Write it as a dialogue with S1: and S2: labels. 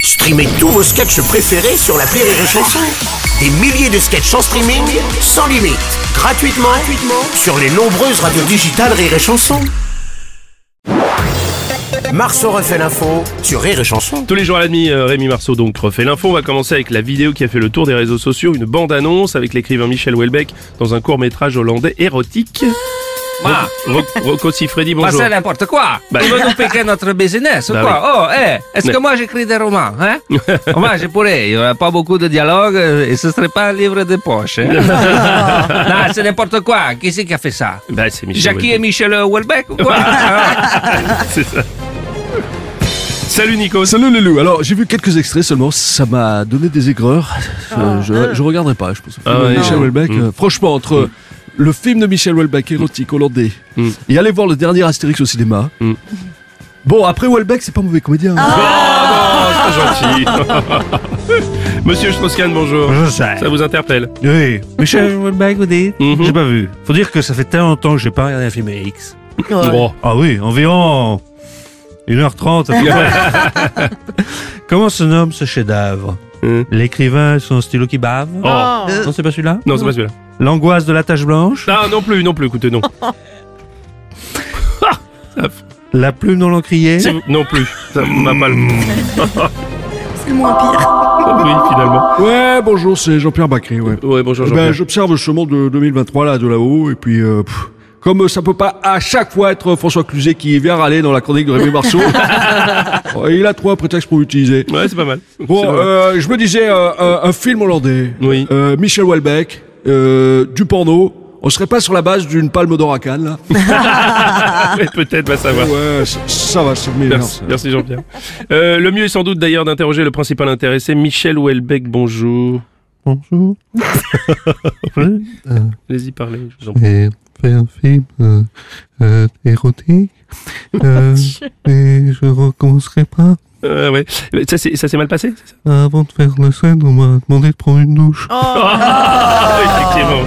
S1: Streamez tous vos sketchs préférés sur la Rire et Chanson. Des milliers de sketchs en streaming, sans limite, gratuitement, gratuitement sur les nombreuses radios digitales Rire et Chanson. Marceau refait l'info sur Rire et Chanson.
S2: Tous les jours à la demi, euh, Rémi Marceau donc refait l'info. On va commencer avec la vidéo qui a fait le tour des réseaux sociaux, une bande-annonce avec l'écrivain Michel Houellebecq dans un court-métrage hollandais érotique.
S3: Ah.
S2: Ro- Ro- Rocco Siffredi, bonjour.
S3: Bah, c'est n'importe quoi.
S2: Bah,
S3: Ils veulent nous piquer notre business ou
S2: Bah
S3: quoi Oh, eh, est-ce
S2: Mais-
S3: que moi j'écris des romans hein Moi, je pourrais. Il n'y aurait pas eh, beaucoup de dialogue euh, et ce serait pas un livre de poche. eh. hein. non, c'est n'importe quoi. Qui c'est qui a fait ça
S2: Bah, c'est Michel
S3: Jackie et
S2: Houellebecq.
S3: Michel Houellebecq Ah. ou quoi Hein
S2: C'est ça. Salut Nico.
S4: Salut les loups. Bah Alors j'ai vu quelques extraits seulement, ça m'a donné des aigreurs. Je, je, je regarderai pas, je pense. au film
S2: Ah
S4: de
S2: ouais.
S4: Michel
S2: Non.
S4: Houellebecq,
S2: Mm.
S4: euh, franchement, entre euh, le film de Michel Houellebecq érotique hollandais
S2: Mm.
S4: et aller voir le dernier Astérix au cinéma.
S2: Mm.
S4: Bon, après Houellebecq, c'est pas mauvais comédien. hein. Ah.
S2: Oh, c'est gentil. Monsieur Strauss-Kahn, bonjour.
S5: Je sais.
S2: Ça vous interpelle
S5: Oui. Michel Houellebecq, vous dites
S2: Mhm.
S5: J'ai pas vu. Faut dire que ça fait tellement longtemps que j'ai pas regardé un film X.
S2: Bon.
S5: Ah oui, environ 1h30. Comment se nomme ce chef-d'œuvre
S2: Hein
S5: L'écrivain et son stylo qui bave
S2: Oh.
S5: Non, c'est pas celui-là
S2: Non, c'est pas celui-là.
S5: L'angoisse de la tache blanche
S2: Ah, non plus, non plus, écoutez, non.
S5: La plume dans l'encrier
S2: Si vous- Non plus. Ça m'a pas le
S6: C'est le moins pire.
S2: Oui, finalement.
S4: Ouais, bonjour, c'est Jean-Pierre Bacry. Ouais.
S2: Ouais, bonjour
S4: Eh
S2: Jean-Pierre.
S4: ben, j'observe ce monde de 2023 là, de là-haut, et puis. euh, pff, comme euh, ça peut pas à chaque fois être François Cluzet qui vient râler dans la chronique de Rémi Marceau, il a trois prétextes pour l'utiliser.
S2: Ouais, c'est pas mal. C'est
S4: Bon,
S2: pas mal.
S4: euh, je me disais, euh, un, un film hollandais,
S2: Oui.
S4: euh, Michel Houellebecq, euh, du porno, on serait pas sur la base d'une palme d'or à Cannes, là
S2: Ouais, euh, Peut-être, va savoir.
S4: Ouais, ça, ça va, c'est meilleur.
S2: Merci, merci Jean-Pierre. Euh, le mieux est sans doute d'ailleurs d'interroger le principal intéressé, Michel Houellebecq, bonjour.
S5: Bonjour.
S2: Allez-y, parler. je vous en prie.
S5: Et fait un film euh, euh, érotique.
S2: Oh,
S5: Euh, et je recommencerai pas.
S2: Euh, ouais. Ça s'est ça s'est mal passé c'est ça
S5: Avant de faire le scène, on m'a demandé de prendre une douche.
S2: Ah, Effectivement.